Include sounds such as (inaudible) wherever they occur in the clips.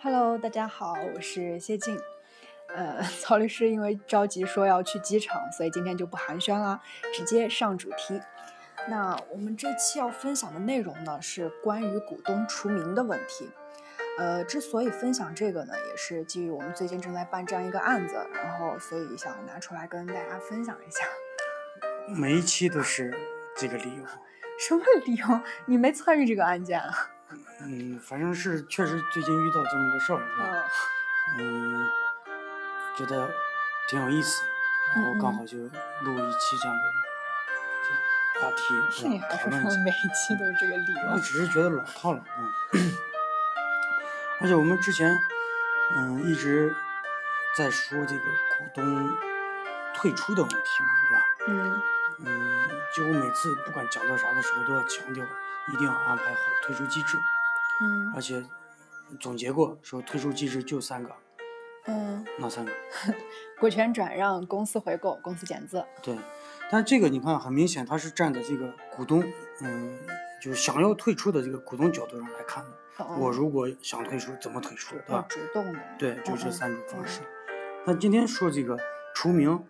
Hello，大家好，我是谢静。呃， (laughs) 曹律师因为着急说要去机场，所以今天就不寒暄啦，直接上主题。那我们这期要分享的内容呢，是关于股东除名的问题。呃，之所以分享这个呢，也是基于我们最近正在办这样一个案子，然后所以想拿出来跟大家分享一下。 (laughs) 每一期都是这个理由。什么理由？你没参与这个案件啊？嗯，反正是确实最近遇到这么个事儿，(laughs) 是吧嗯嗯，觉得挺有意思，然后刚好就录一期这样的这话题，你然后还说讨论一下。每一期都是这个理我由？只是觉得老套了，嗯。而且我们之前，嗯，一直在说这个股东退出的问题嘛，对吧？嗯嗯，几乎每次不管讲到啥的时候，都要强调一定要安排好退出机制，嗯而且总结过说退出机制就三个，嗯，那三个？股权转让、公司回购、公司减资。对，但是这个你看，很明显他是站在这个股东，嗯，就是想要退出的这个股东角度上来看的。嗯我如啊果想退出，怎么退出，对要吧？主动的，对，就嗯这三种嗯方式。那今天说这个除名，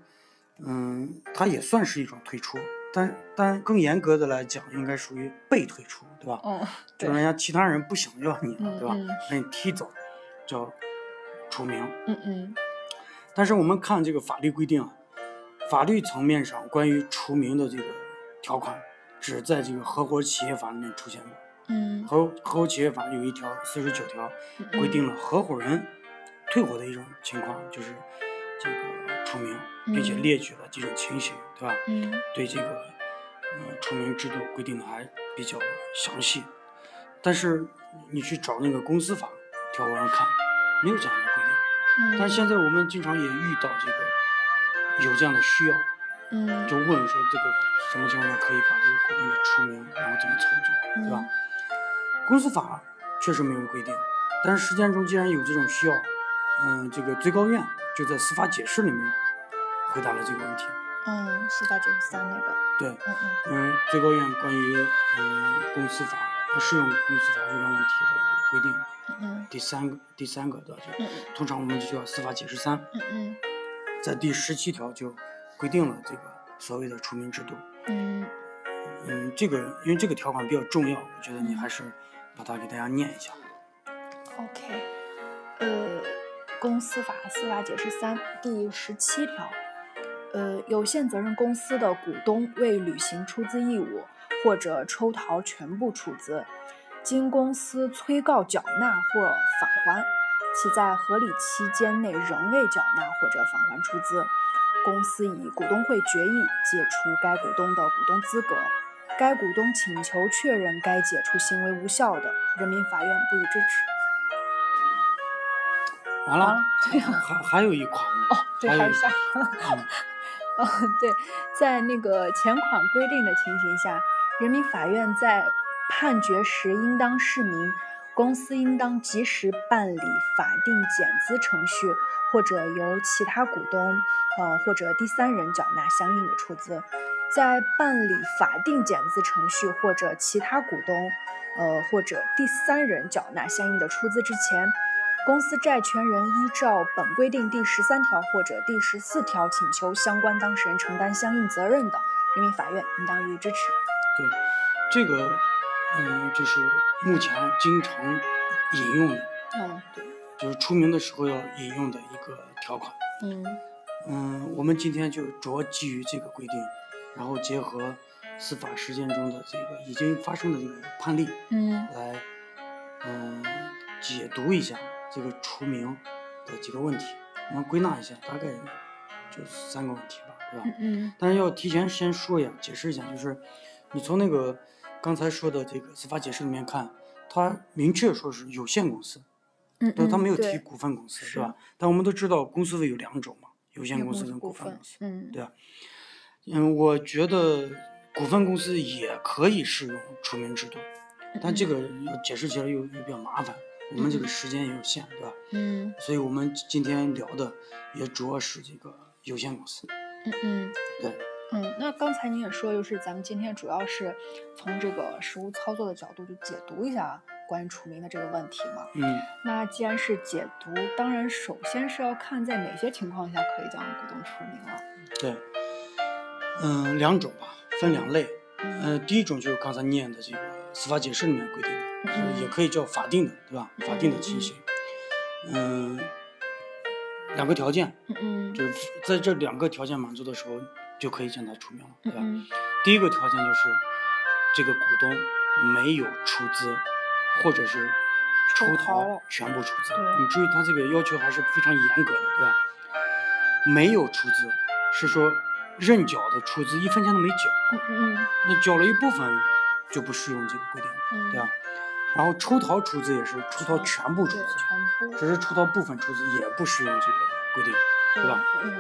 嗯，它也算是一种退出，但但更严格的来讲，应该属于被退出，对吧？嗯，就对，人家其他人不想要你嗯了，对吧嗯？把你踢走，叫除名。嗯嗯但是我们看这个法律规定啊，法律层面上关于除名的这个条款，只在这个合伙企业法里面出现过。嗯合合伙企业法有一条四十九条规定了合伙人退伙的一种情况，就是这个除名，并且嗯列举了几种情形，对吧？嗯对这个呃除名制度规定的还比较详细，但是你去找那个公司法条文上看，没有这样的规定。嗯，但现在我们经常也遇到这个有这样的需要，嗯就问说这个什么情况下可以把这个股东给除名，然后怎么操作，对吧？公司法确实没有规定，但是实践中既然有这种需要，嗯，这个最高院就在司法解释里面回答了这个问题。嗯，是吧？这是三那个，对，嗯嗯嗯，最高院关于嗯公司法不适用公司法若干问题的一个规定，嗯第三个第三个对吧？就嗯通常我们就叫司法解释三。嗯嗯在第十七条就规定了这个所谓的除名制度。嗯嗯，这个因为这个条款比较重要，我觉得你还是把它给大家念一下。嗯，OK，呃，公司法司法解释三第十七条。呃，有限责任公司的股东未履行出资义务或者抽逃全部出资，经公司催告缴纳或返还，其在合理期间内仍未缴纳或者返还出资，公司以股东会决议解除该股东的股东资格。该股东请求确认该解除行为无效的，人民法院不予支持。完完了了，还还有一款呢。啊哦，对，还还有有一一下。嗯哦，对，在那个前款规定的情形下，人民法院在判决时应当释明，公司应当及时办理法定减资程序，或者由其他股东，呃或者第三人缴纳相应的出资。在办理法定减资程序或者其他股东，呃或者第三人缴纳相应的出资之前，公司债权人依照本规定第十三条或者第十四条请求相关当事人承担相应责任的，人民法院应当予以支持。对，这个嗯，就是目前经常引用的，嗯，对，就是出名的时候要引用的一个条款。嗯嗯，我们今天就主要基于这个规定，然后结合司法实践中的这个已经发生的这个判例，嗯来，嗯，解读一下这个除名的几个问题，我们归纳一下，大概就三个问题吧，对吧？嗯但是要提前先说一下，解释一下，就是你从那个刚才说的这个司法解释里面看，它明确说是有限公司，嗯对吧，它没有提对股份公司，是对吧？但我们都知道公司法有两种嘛，有限有公司公跟司股股份份公司。，嗯对嗯，我觉得股份公司也可以适用除名制度。但这个要解释起来又又比较麻烦，我们这个嗯时间也有限，对吧？嗯所以我们今天聊的也主要是这个有限公司。嗯嗯对，嗯，那刚才你也说，就是咱们今天主要是从这个实务操作的角度，就解读一下关于除名的这个问题嘛。嗯，那既然是解读，当然首先是要看在哪些情况下可以将股东除名了。对，嗯、两种吧，分两类。呃，第一种就是刚才念的这个司法解释里面规定的，嗯也可以叫法定的，对吧？法定的情形。嗯、两个条件，嗯就是在这两个条件满足的时候，就可以将它除名了，对吧？嗯第一个条件就是这个股东没有出资，或者是出出逃逃全部出资。对你注意，他这个要求还是非常严格的，对吧？没有出资，是说认缴的出资一分钱都没缴，嗯嗯那缴了一部分就不适用这个规定，嗯，对吧？然后出逃出资也是出逃全部嗯对，出资，全部只是出逃部分出资也不适用这个规定。对吧？嗯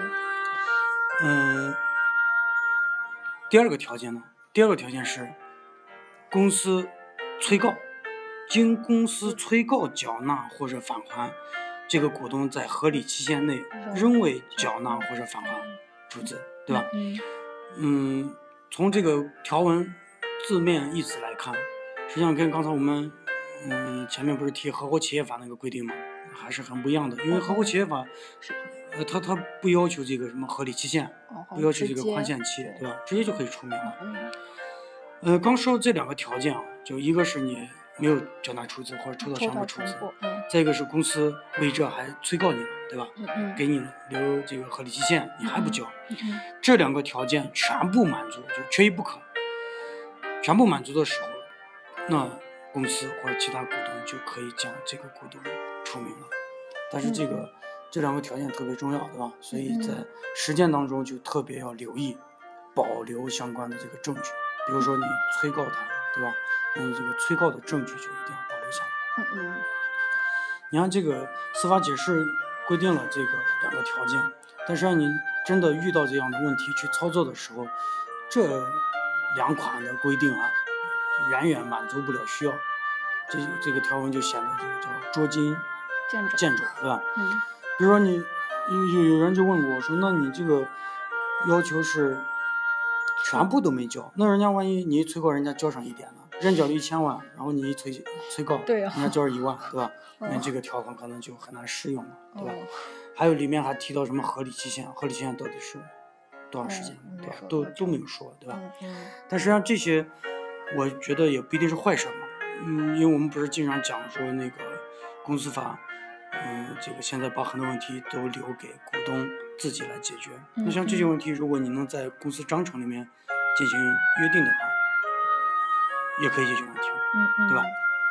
嗯，第二个条件呢？第二个条件是，公司催告，经公司催告缴纳或者返还，这个股东在合理期限内仍未缴纳或者返还出资，啊对吧？嗯嗯，从这个条文字面意思来看，实际上跟刚才我们嗯前面不是提合伙企业法那个规定吗？还是很不一样的，因为合伙企业法是呃它它不要求这个什么合理期限，哦，好不要求直这个接宽限啊期，对吧？直接就可以除名了。嗯呃，刚说这两个条件啊，就一个是你没有缴纳出资或者出嗯，到抽全到部出全资，部，嗯再一个是公司为这还催告你了，对吧？嗯嗯，给你留这个合理期限，你还不缴，嗯嗯这两个条件全部满足，就缺一不可。全部满足的时候，那公司或者其他股东就可以将这个股东除名了。但是这个、嗯这两个条件特别重要，对吧？所以嗯在实践当中就特别要留意，保留相关的这个证据，比如说你催告他，对吧？那你这个催告的证据就一定要保留下来。嗯嗯你看这个司法解释规定了这个两个条件，但是让你真的遇到这样的问题去操作的时候，这两款的规定啊，远远满足不了需要，这这个条文就显得这个叫捉襟见着见肘，对吧？嗯比如说你有有有人就问我说，那你这个要求是全部都没交，那人家万一你一催告人家交上一点呢？认缴了一千万，然后你一催催告，对啊人家交了一万，对吧？那嗯这个条款可能就很难适用了，对吧？哦还有里面还提到什么合理期限，合理期限到底是多长时间，嗯对吧没？说都过这都没有说，对吧？嗯嗯但实际上这些，我觉得也不一定是坏事儿嘛。嗯，因为我们不是经常讲说那个公司法，嗯，这个现在把很多问题都留给股东自己来解决。那像这些嗯嗯问题，如果你能在公司章程里面进行约定的话，也可以解决问题。嗯嗯，对吧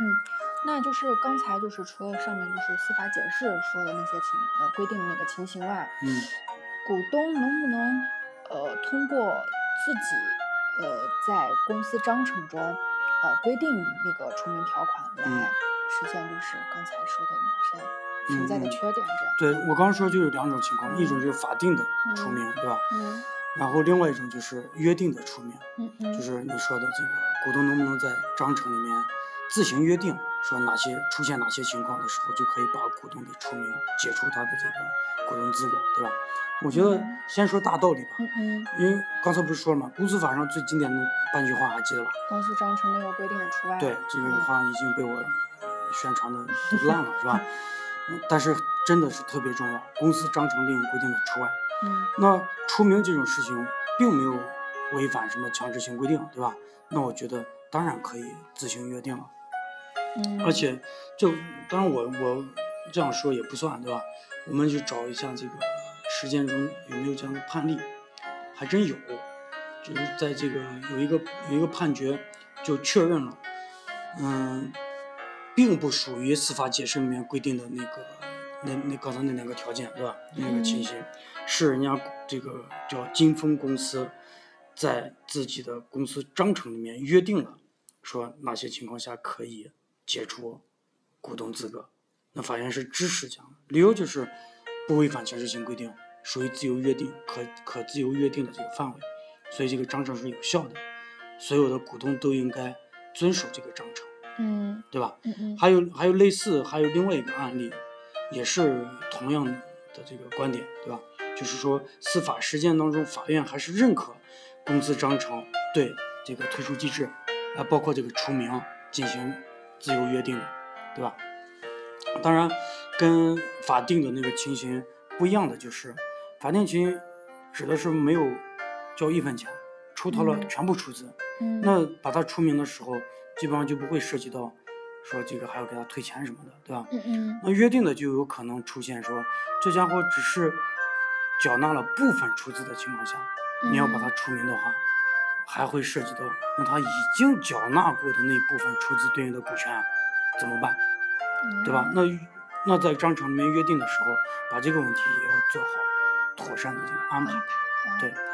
嗯，那就是刚才就是除了上面就是司法解释说的那些情呃规定的那个情形外，嗯，股东能不能呃通过自己呃在公司章程中呃规定那个除名条款嗯来实现就是刚才说的那些存在的嗯嗯缺点这样？对我刚刚说就有两种情况，一种就是法定的除嗯名，对吧？嗯然后另外一种就是约定的除名。嗯嗯，就是你说的这个股东能不能在章程里面自行约定，说哪些出现哪些情况的时候，就可以把股东给除名，解除他的这个股东资格，对吧？我觉得嗯先说大道理吧，嗯嗯，因为刚才不是说了吗？公司法上最经典的半句话还记得吧？公司章程没有规定的除外。对，这个嗯话已经被我宣传的都烂了，是 (laughs) 吧？嗯但是真的是特别重要，公司章程另有规定的除外。嗯那除名这种事情并没有违反什么强制性规定，对吧？那我觉得当然可以自行约定了，嗯，而且这当然我我这样说也不算，对吧？我们去找一下这个实践中有没有这样的判例，还真有，就是在这个有一个有一个判决就确认了，嗯，并不属于司法解释里面规定的那个那那刚才那两个条件，对吧？那两个情形、是人家这个叫金丰公司在自己的公司章程里面约定了，说哪些情况下可以解除股东资格。那法院是支持这样的，理由就是不违反强制性规定，属于自由约定可可自由约定的这个范围，所以这个章程是有效的，所有的股东都应该遵守这个章程，嗯对吧？嗯嗯还有还有类似还有另外一个案例，也是同样的这个观点，对吧？就是说司法实践当中，法院还是认可公司章程对这个退出机制，啊、包括这个除名进行自由约定的，对吧？当然，跟法定的那个情形不一样的就是，法定情形指的是没有交一分钱，出逃了嗯全部出资。嗯，那把它除名的时候，基本上就不会涉及到说这个还要给他退钱什么的，对吧？嗯嗯那约定的就有可能出现说，这家伙只是缴纳了部分出资的情况下，你嗯要把它除名的话，还会涉及到那他已经缴纳过的那部分出资对应的股权怎么办，嗯，对吧？那那在章程里面约定的时候，把这个问题也要做好妥善的这个安排。对嗯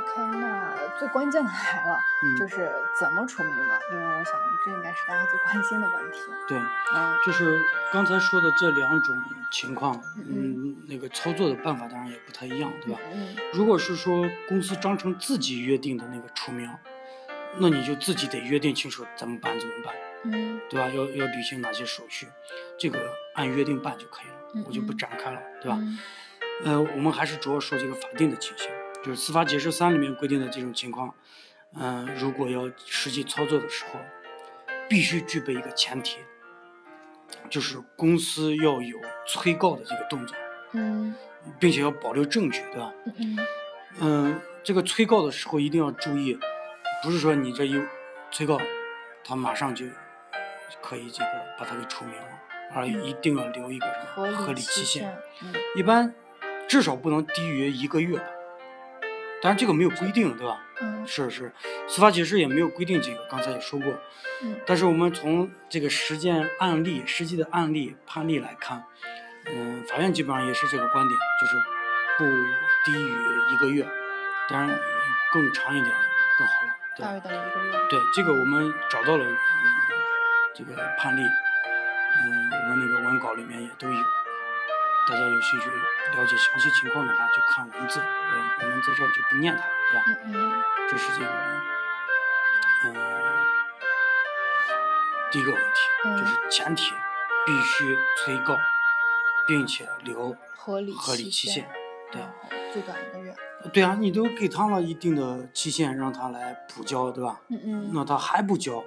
？OK，那最关键的来了，嗯，就是怎么除名呢？因为我想这应该是大家最关心的问题。对。嗯就是刚才说的这两种情况，嗯嗯，那个操作的办法当然也不太一样，对吧？嗯如果是说公司章程自己约定的那个除名，那你就自己得约定清楚怎么办，怎么办，嗯对吧？要要履行哪些手续，这个按约定办就可以了，我就不嗯嗯展开了，对吧？嗯呃，我们还是主要说这个法定的情形，就是司法解释三里面规定的这种情况，嗯、如果要实际操作的时候，必须具备一个前提，就是公司要有催告的这个动作，嗯并且要保留证据，对吧？嗯嗯嗯、这个催告的时候一定要注意，不是说你这一催告，他马上就可以这个把它给除名了，而嗯一定要留一个什么合合理理期限。限，嗯一般至少不能低于一个月吧。当然这个没有规定，对吧？嗯是是，司法解释也没有规定这个，刚才也说过。嗯但是我们从这个实践案例、实际的案例判例来看，嗯，法院基本上也是这个观点，就是不低于一个月，当然更长一点更好了，对吧大约等于一个月。对，这个我们找到了，嗯，这个判例，嗯，我们那个文稿里面也都有，大家有兴趣了解详细情况的话，就看文字，呃我我们在这儿就不念它了，对吧？嗯嗯这是这个，嗯，第一个问题就嗯是前提必须催告，并且留合理合理期期限，对然后最短一个月。对啊，你都给他了一定的期限，让他来补交，对吧？嗯嗯那他还不交，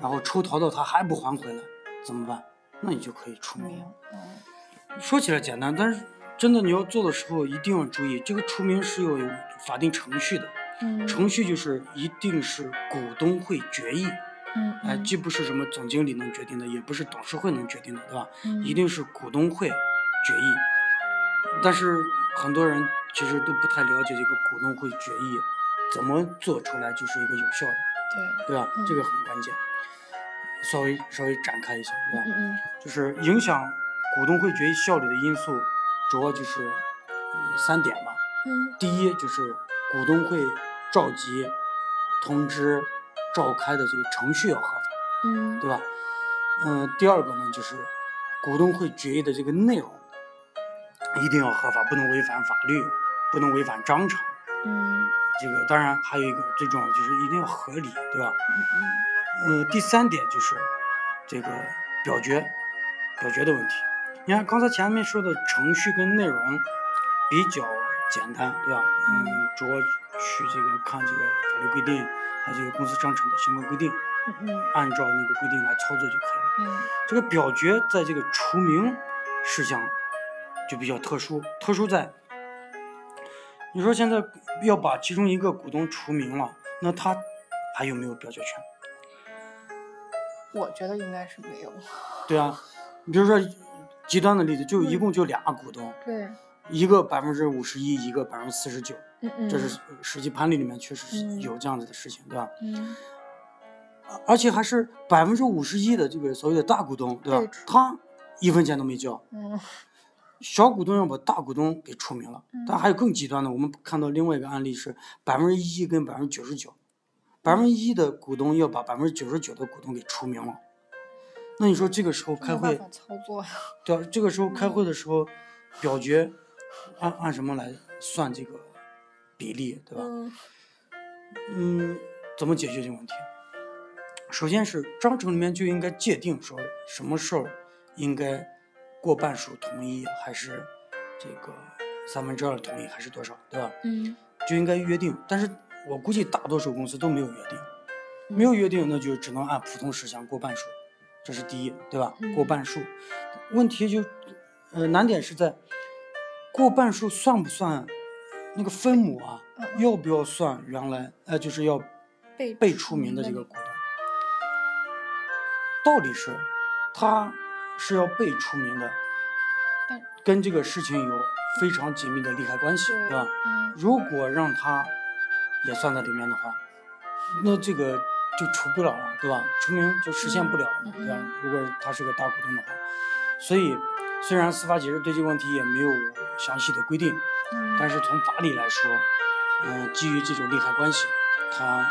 然后出逃到他还不还回来，怎么办？那你就可以除没名。有，嗯说起来简单，但是真的你要做的时候一定要注意，这个除名是要有法定程序的，嗯程序就是一定是股东会决议，嗯哎，嗯既不是什么总经理能决定的，也不是董事会能决定的，对吧？嗯一定是股东会决议。但是很多人其实都不太了解这个股东会决议怎么做出来就是一个有效的。对，对吧？这嗯个很关键。稍微稍微展开一下，对吧？嗯嗯就是影响股东会决议效力的因素，主要就是、嗯三点吧。嗯第一就是股东会召集、通知、召开的这个程序要合法，嗯对吧？嗯，第二个呢就是股东会决议的这个内容一定要合法，不能违反法律，不能违反章程。嗯这个当然还有一个最重要的就是一定要合理，对吧？嗯呃，第三点就是这个表决，表决的问题。你看刚才前面说的程序跟内容比较简单，对吧？嗯嗯，主要去这个看这个法律规定，还有这个公司章程的相关规定，嗯嗯按照那个规定来操作就可以了。嗯这个表决在这个除名事项就比较特殊，特殊在你说现在要把其中一个股东除名了，那他还有没有表决权？我觉得应该是没 (laughs) 有。对啊，你比如说极端的例子，就一嗯共就俩股东，对，一个百分之五十一，一个百分之四十九，嗯嗯，这是实际判例里面确实是嗯有这样子的事情，对吧？嗯而且还是百分之五十一的这个所谓的大股东，对吧？对他一分钱都没交，嗯小股东要把大股东给除名了。嗯但还有更极端的，我们看到另外一个案例是百分之一跟百分之九十九，百分之一的股东要把百分之九十九的股东给除名了。那你说这个时候开没有会办法操作呀。对啊，这个时候开会的时候，表决按按什么来算这个比例，对吧？嗯嗯，怎么解决这个问题？首先是章程里面就应该界定说什么事儿应该过半数同意，还是这个三分之二同意，还是多少，对吧？嗯就应该约定。但是我估计大多数公司都没有约定，嗯没有约定，那就只能按普通事项过半数，这是第一，对吧？嗯过半数，问题就，呃，难点是在过半数算不算那个分母嗯啊？嗯要不要算原来呃，就是要被被出名的这嗯个股东？道理是，他是要被出名的但，跟这个事情有非常紧密的利害关系，对吧？嗯如果让他也算在里面的话，那这个就除不了了，对吧？除名就实现不了了，嗯嗯对吧嗯？如果他是个大股东的话，所以虽然司法解释对这个问题也没有详细的规定，嗯但是从法理来说，嗯、基于这种利害关系，他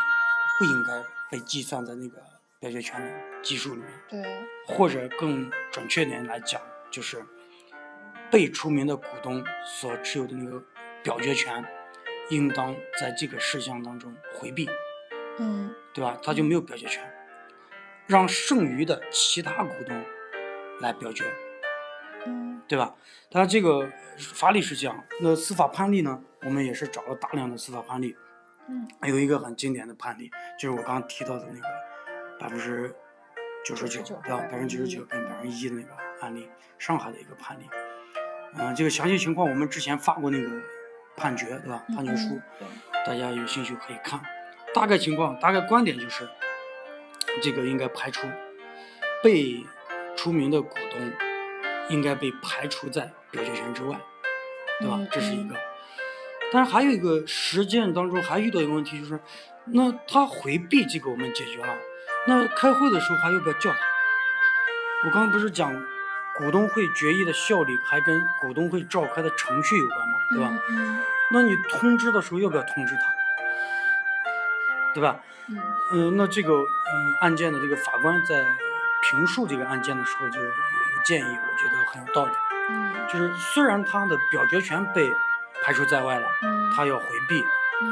不应该被计算在那个表决权的基数里面，对，或者更准确点来讲，就是被除名的股东所持有的那个表决权，应当在这个事项当中回避，嗯对吧？他就没有表决权，让剩余的其他股东来表决，嗯对吧？但这个法理是这样，那司法判例呢？我们也是找了大量的司法判例，嗯有一个很经典的判例，就是我刚刚提到的那个百分之九十九， 99%对吧？百分之九十九跟百分之一的那个案例，上海的一个判例。嗯，这个详细情况我们之前发过那个判决，对吧？判决书，嗯对大家有兴趣可以看。大概情况，大概观点就是，这个应该排除被除名的股东应该被排除在表决权之外，对吧嗯？这是一嗯个。但是还有一个实践当中还遇到一个问题，就是那他回避这个我们解决了，那开会的时候还要不要叫他？我刚刚不是讲股东会决议的效力还跟股东会召开的程序有关嘛，对吧？嗯那你通知的时候要不要通知他？对吧？嗯嗯，那这个嗯案件的这个法官在评述这个案件的时候就有一个建议，我觉得很有道理，嗯就是虽然他的表决权被排除在外了，嗯，他要回避，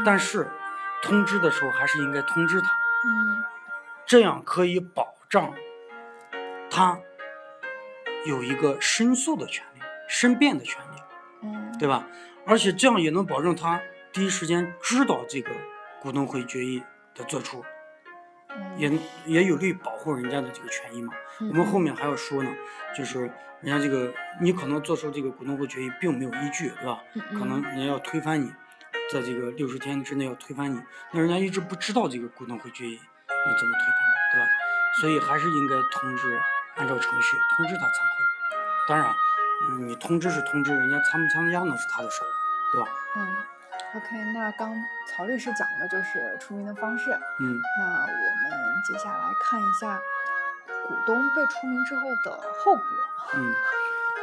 但是通知的时候还是应该通知他，嗯这样可以保障他有一个申诉的权利、申辩的权利，嗯对吧？而且这样也能保证他第一时间知道这个股东会决议的做出，嗯也也有利于保护人家的这个权益嘛。我们后面还要说呢，就是人家这个你可能做出这个股东会决议并没有依据，对吧？嗯可能人家要推翻你，在这个六十天之内要推翻你，那人家一直不知道这个股东会决议，那怎么推翻呢？对吧？所以还是应该通知，按照程序通知他参会。当然，嗯你通知是通知，人家参不参加那是他的事儿了，对吧？嗯，OK，那刚曹律师讲的就是除名的方式，嗯那我们接下来看一下股东被除名之后的后果。嗯，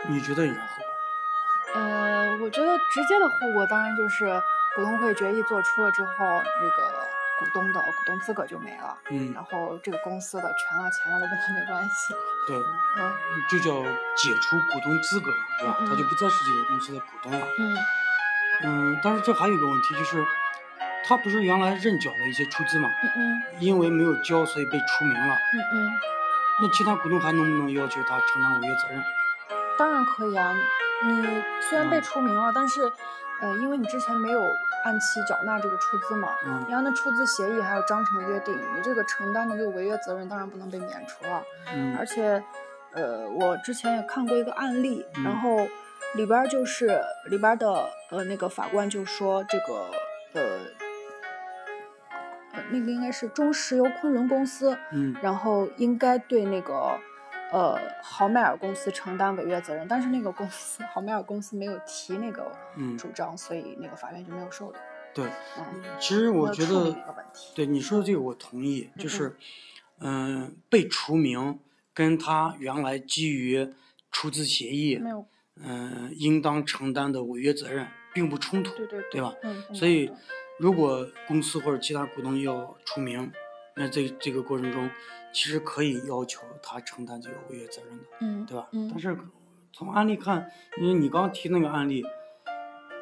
你觉得有啥后果？呃，我觉得直接的后果当然就是股东会决议做出了之后，那个股东的股东资格就没了，嗯，然后这个公司的权啊钱啊都跟他没关系。 (laughs) 对，嗯就叫解除股东资格，对吧？嗯嗯他就不再是这个公司的股东了。嗯嗯，但是这还有一个问题，就是他不是原来认缴了一些出资嘛，嗯嗯因为没有交，所以被除名了。嗯嗯。那其他股东还能不能要求他承担违约责任？当然可以啊，你虽然被嗯除名了，但是，呃，因为你之前没有按期缴纳这个出资嘛，嗯你按照出资协议还有章程约定，你这个承担的这个违约责任当然不能被免除了。而嗯且，呃，我之前也看过一个案例，然嗯后里边儿就是里边儿的呃那个法官就说这个呃。呃那个应该是中石油昆仑公司，嗯然后应该对那个呃豪迈尔公司承担违约责任，但是那个公司豪迈尔公司没有提那个嗯，主张，所以那个法院就没有受理。对。嗯，其实我要觉处得理这个问题，对你说的这个我同意，就是，嗯、被除名跟他原来基于出资协议，没有，嗯、应当承担的违约责任并不冲突。对对对吧？嗯，嗯所以对，如果公司或者其他股东要除名，那这这个过程中，其实可以要求他承担这个违约责任的，嗯，对吧？嗯但是从案例看，因为你刚刚提那个案例，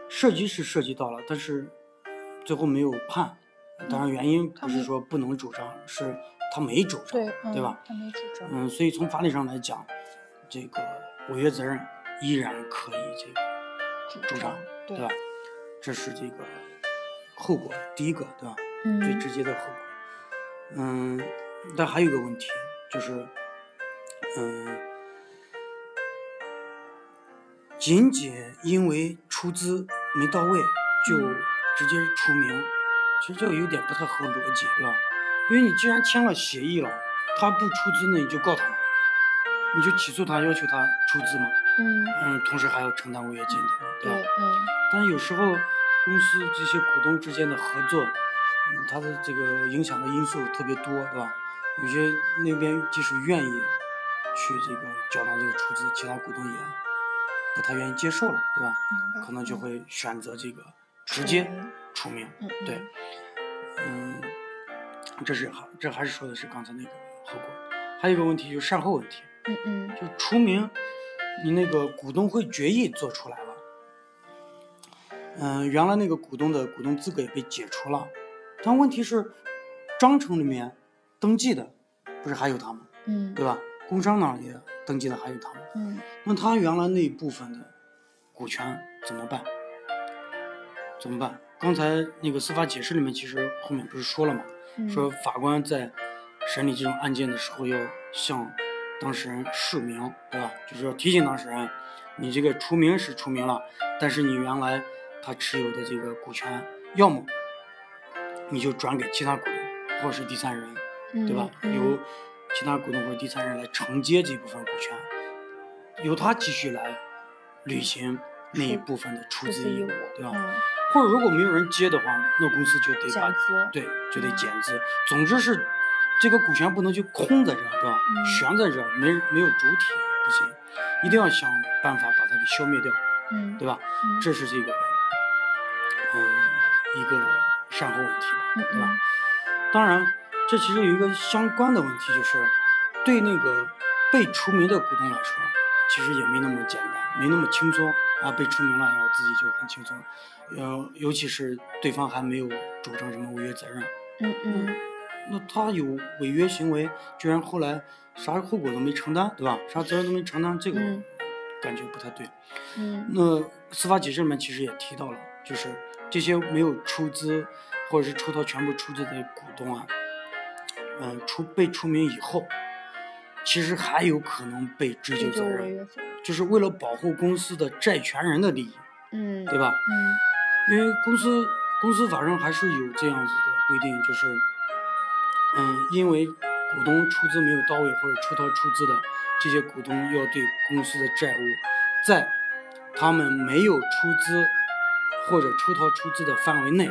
涉及是涉及到了，但是最后没有判。当然，原因嗯他不是没说不能主张，是他没主张，对，嗯吧？？他没主张，嗯，所以从法理上来讲，这个违约责任依然可以这个主张，对对吧？这是这个后果，第一个，对吧？最嗯直接的后果。嗯，但还有一个问题就是，嗯，仅仅因为出资没到位就嗯直接除名，其实这个有点不太合逻辑，对吧？因为你既然签了协议了，他不出资呢，你就告他嘛，你就起诉他，要求他出资嘛，嗯，嗯，同时还要承担违约金的，对对，吧？嗯但是有时候公司这些股东之间的合作，嗯它的这个影响的因素特别多，对吧？有些那边即使愿意去这个缴纳这个出资，其他股东也不太愿意接受了，对吧？明白，可能就会选择这个直嗯接嗯除名。嗯，嗯对，嗯，这是还这还是说的是刚才那个后果。还有一个问题就是善后问题，嗯嗯就除名，你那个股东会决议做出来了，嗯、原来那个股东的股东资格也被解除了，但问题是，章程里面登记的不是还有他吗？嗯对吧？工商那儿也登记的还有他们，嗯那他原来那一部分的股权怎么办？怎么办？刚才那个司法解释里面其实后面不是说了吗？嗯，说法官在审理这种案件的时候要向当事人释明，对吧？就是要提醒当事人，你这个除名是除名了，但是你原来他持有的这个股权，要么你就转给其他股东或者是第三人，对吧？嗯由其他股东或者第三人来承接这部分股权，由他继续来履行那一出部分的出出资资义义务务，，对吧？嗯或者如果没有人接的话，那公司就得把减资，对，就得嗯减资。总之是这个股权不能就空在这儿，对吧？嗯悬在这儿，没没有主体不行，一定要想办法把它给消灭掉，嗯，对吧？嗯，这是这个，嗯，一个善后问题吧，嗯对吧嗯？当然，这其实有一个相关的问题，就是对那个被除名的股东来说，其实也没那么简单，没那么轻松啊。被除名了，然后自己就很轻松，呃，尤其是对方还没有主张什么违约责任，嗯嗯那他有违约行为，居然后来啥后果都没承担，对吧？啥责任都没承担，这个嗯感觉不太对。嗯那司法解释里面其实也提到了，就是这些没有出资或者是抽到全部出资的股东啊，嗯、出被除名以后，其实还有可能被追究这就责违任，约责任，就是为了保护公司的债权人的利益，嗯对吧？嗯因为公司公司法上还是有这样子的规定，就是，嗯，因为股东出资没有到位或者出逃出资的，这些股东要对公司的债务，在他们没有出资或者出逃出资的范围内，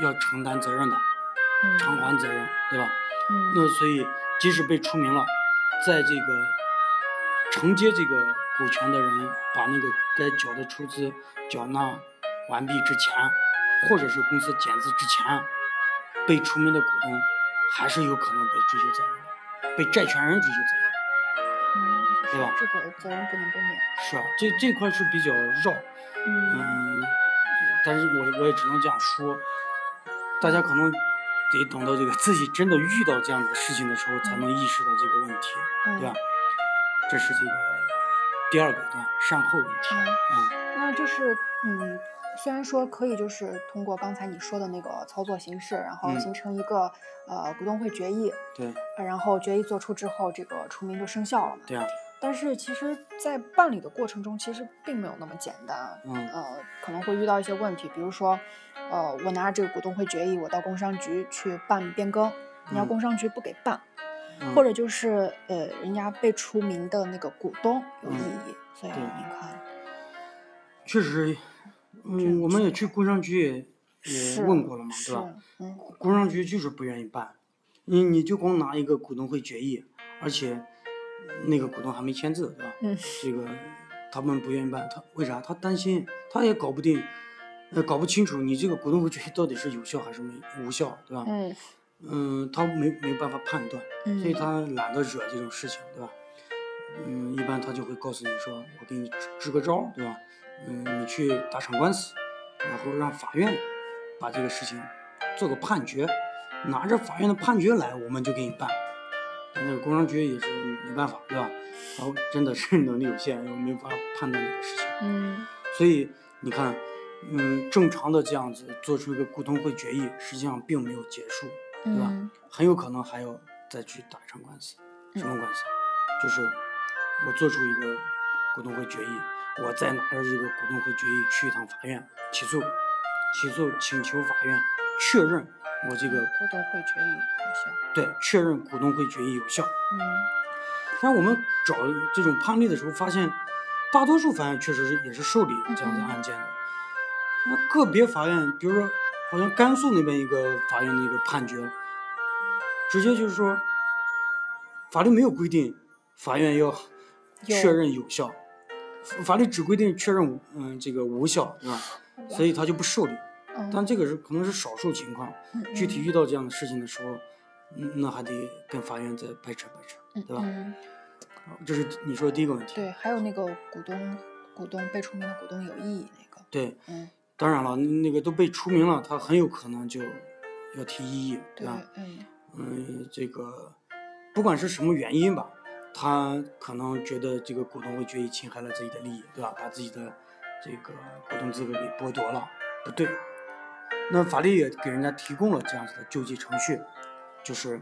要承担责任的，嗯，偿还责任，对吧？嗯那所以，即使被除名了，在这个承接这个股权的人把那个该缴的出资缴纳完毕之前，或者是公司减资之前，被除名的股东还是有可能被追究责任的，被债权人追究责任的。嗯，对吧这个责任不能被免，是啊，这这块是比较绕，嗯嗯，但是我我也只能这样说，大家可能得等到这个自己真的遇到这样的事情的时候，才能意识到这个问题。嗯对吧？这是这个第二个对吧？善后问题嗯。啊，那就是，嗯，虽然说可以，就是通过刚才你说的那个操作形式，然后嗯形成一个、呃股东会决议，对呃然后决议做出之后，这个除名就生效了嘛。对啊，但是其实，在办理的过程中，其实并没有那么简单啊。嗯呃，可能会遇到一些问题，比如说，呃，我拿着这个股东会决议，我到工商局去办变更，人家嗯工商局不给办，嗯或者就是呃，人家被除名的那个股东有异嗯议，所以对你看，确实，这样嗯，我们也去工商局也也是问过了嘛，对是吧？，嗯工商局就是不愿意办，你你就光拿一个股东会决议，而且那个股东还没签字，对吧？嗯这个他们不愿意办，他为啥？他担心，他也搞不定，呃，搞不清楚你这个股东会决议到底是有效还是没无效，对吧？嗯嗯，他没没有办法判断，嗯，所以他懒得惹这种事情，对吧？嗯，一般他就会告诉你说，我给你支支个招儿，对吧？嗯，你去打场官司，然后让法院把这个事情做个判决，拿着法院的判决来，我们就给你办。但那个工商局也是没办法，对吧？然后真的是能力有限，然后没法判断这个事情。嗯所以你看，嗯，正常的这样子做出一个股东会决议，实际上并没有结束，对吧嗯很有可能还要再去打一场官司。什么官司？就是我做出一个股东会决议，我再拿着这个股东会决议去一趟法院起诉，起诉请求法院确认我这个股东会决议有效。对确认股东会决议有效。嗯但我们找这种判例的时候，发现大多数法院确实是也是受理这样的案件的。那个别法院，比如说好像甘肃那边一个法院的一个判决，直接就是说，法律没有规定法院要确认有效，法律只规定确认无嗯这个无效，对吧？所以他就不受理。嗯，但这个是可能是少数情况，嗯具体遇到这样的事情的时候，嗯那还得跟法院再掰扯掰扯。嗯对吧嗯，这是你说的第一个问题。对，还有那个股东股东被除名的股东有异议那个，对，嗯，当然了，那个都被除名了，他很有可能就要提异议，对对吧？，嗯嗯，这个不管是什么原因吧，他可能觉得这个股东会决议侵害了自己的利益，对吧？把自己的这个股东资格给剥夺了，不对。那法律也给人家提供了这样子的救济程序，就是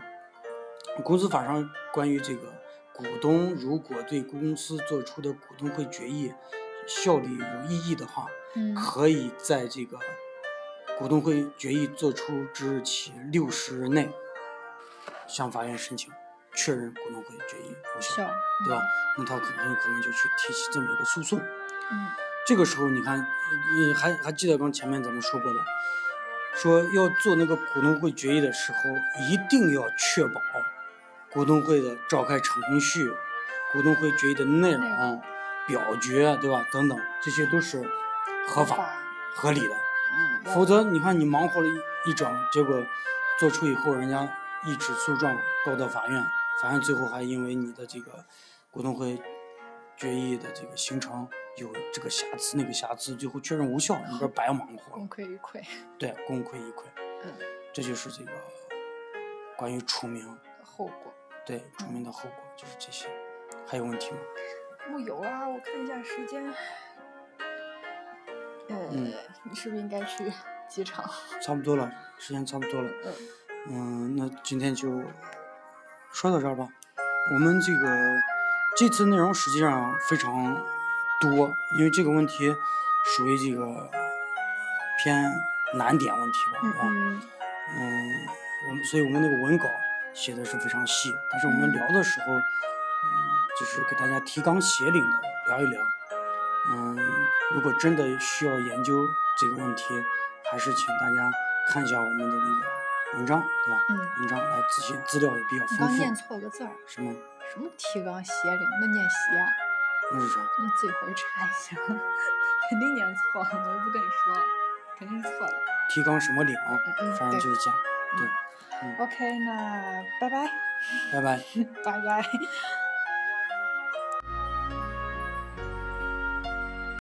公司法上关于这个股东如果对公司做出的股东会决议效力有异议的话，嗯可以在这个股东会决议作出之日起六十日内，向法院申请确认股东会决议无效，效，对吧？那他很有可能就去提起这么一个诉讼。嗯？这个时候，你看，你还还记得刚前面咱们说过的，说要做那个股东会决议的时候，一定要确保股东会的召开程序、股东会决议的内内容、表决，对吧？等等，这些都是合嗯，法、法，合理的。嗯，要否则，你看你忙活了一一整，结果做出以后，人家一纸诉状告到法院，法院最后还因为你的这个股东会决议的这个形成有这个瑕疵那个瑕疵，最后确认无效，你这白忙活了功，亏一篑，对，功亏一篑。嗯，这就是这个关于除名，后果。对除名的后果就是这些。还有问题吗？木有啊，我看一下时间，呃，嗯你是不是应该去机场？差不多了，时间差不多了。嗯嗯，那今天就说到这儿吧。我们这个这次内容实际上非常多，因为这个问题属于这个偏难点问题吧，嗯啊，嗯嗯，我们所以我们那个文稿写的是非常细，但是我们嗯聊的时候，嗯，就是给大家提纲挈领的聊一聊。嗯，如果真的需要研究这个问题，还是请大家看一下我们的那个文章，对吧？嗯，文章来咨询，资料也比较你丰刚念富。错一个字儿，什么？什么提纲挈领，那念挈啊，那是啥？你自己回去查一下，肯定念错了，我又不跟你说，肯定是错的。提纲什么领？嗯嗯，反正对嗯就是这样。 OK，那拜拜，拜拜。拜拜。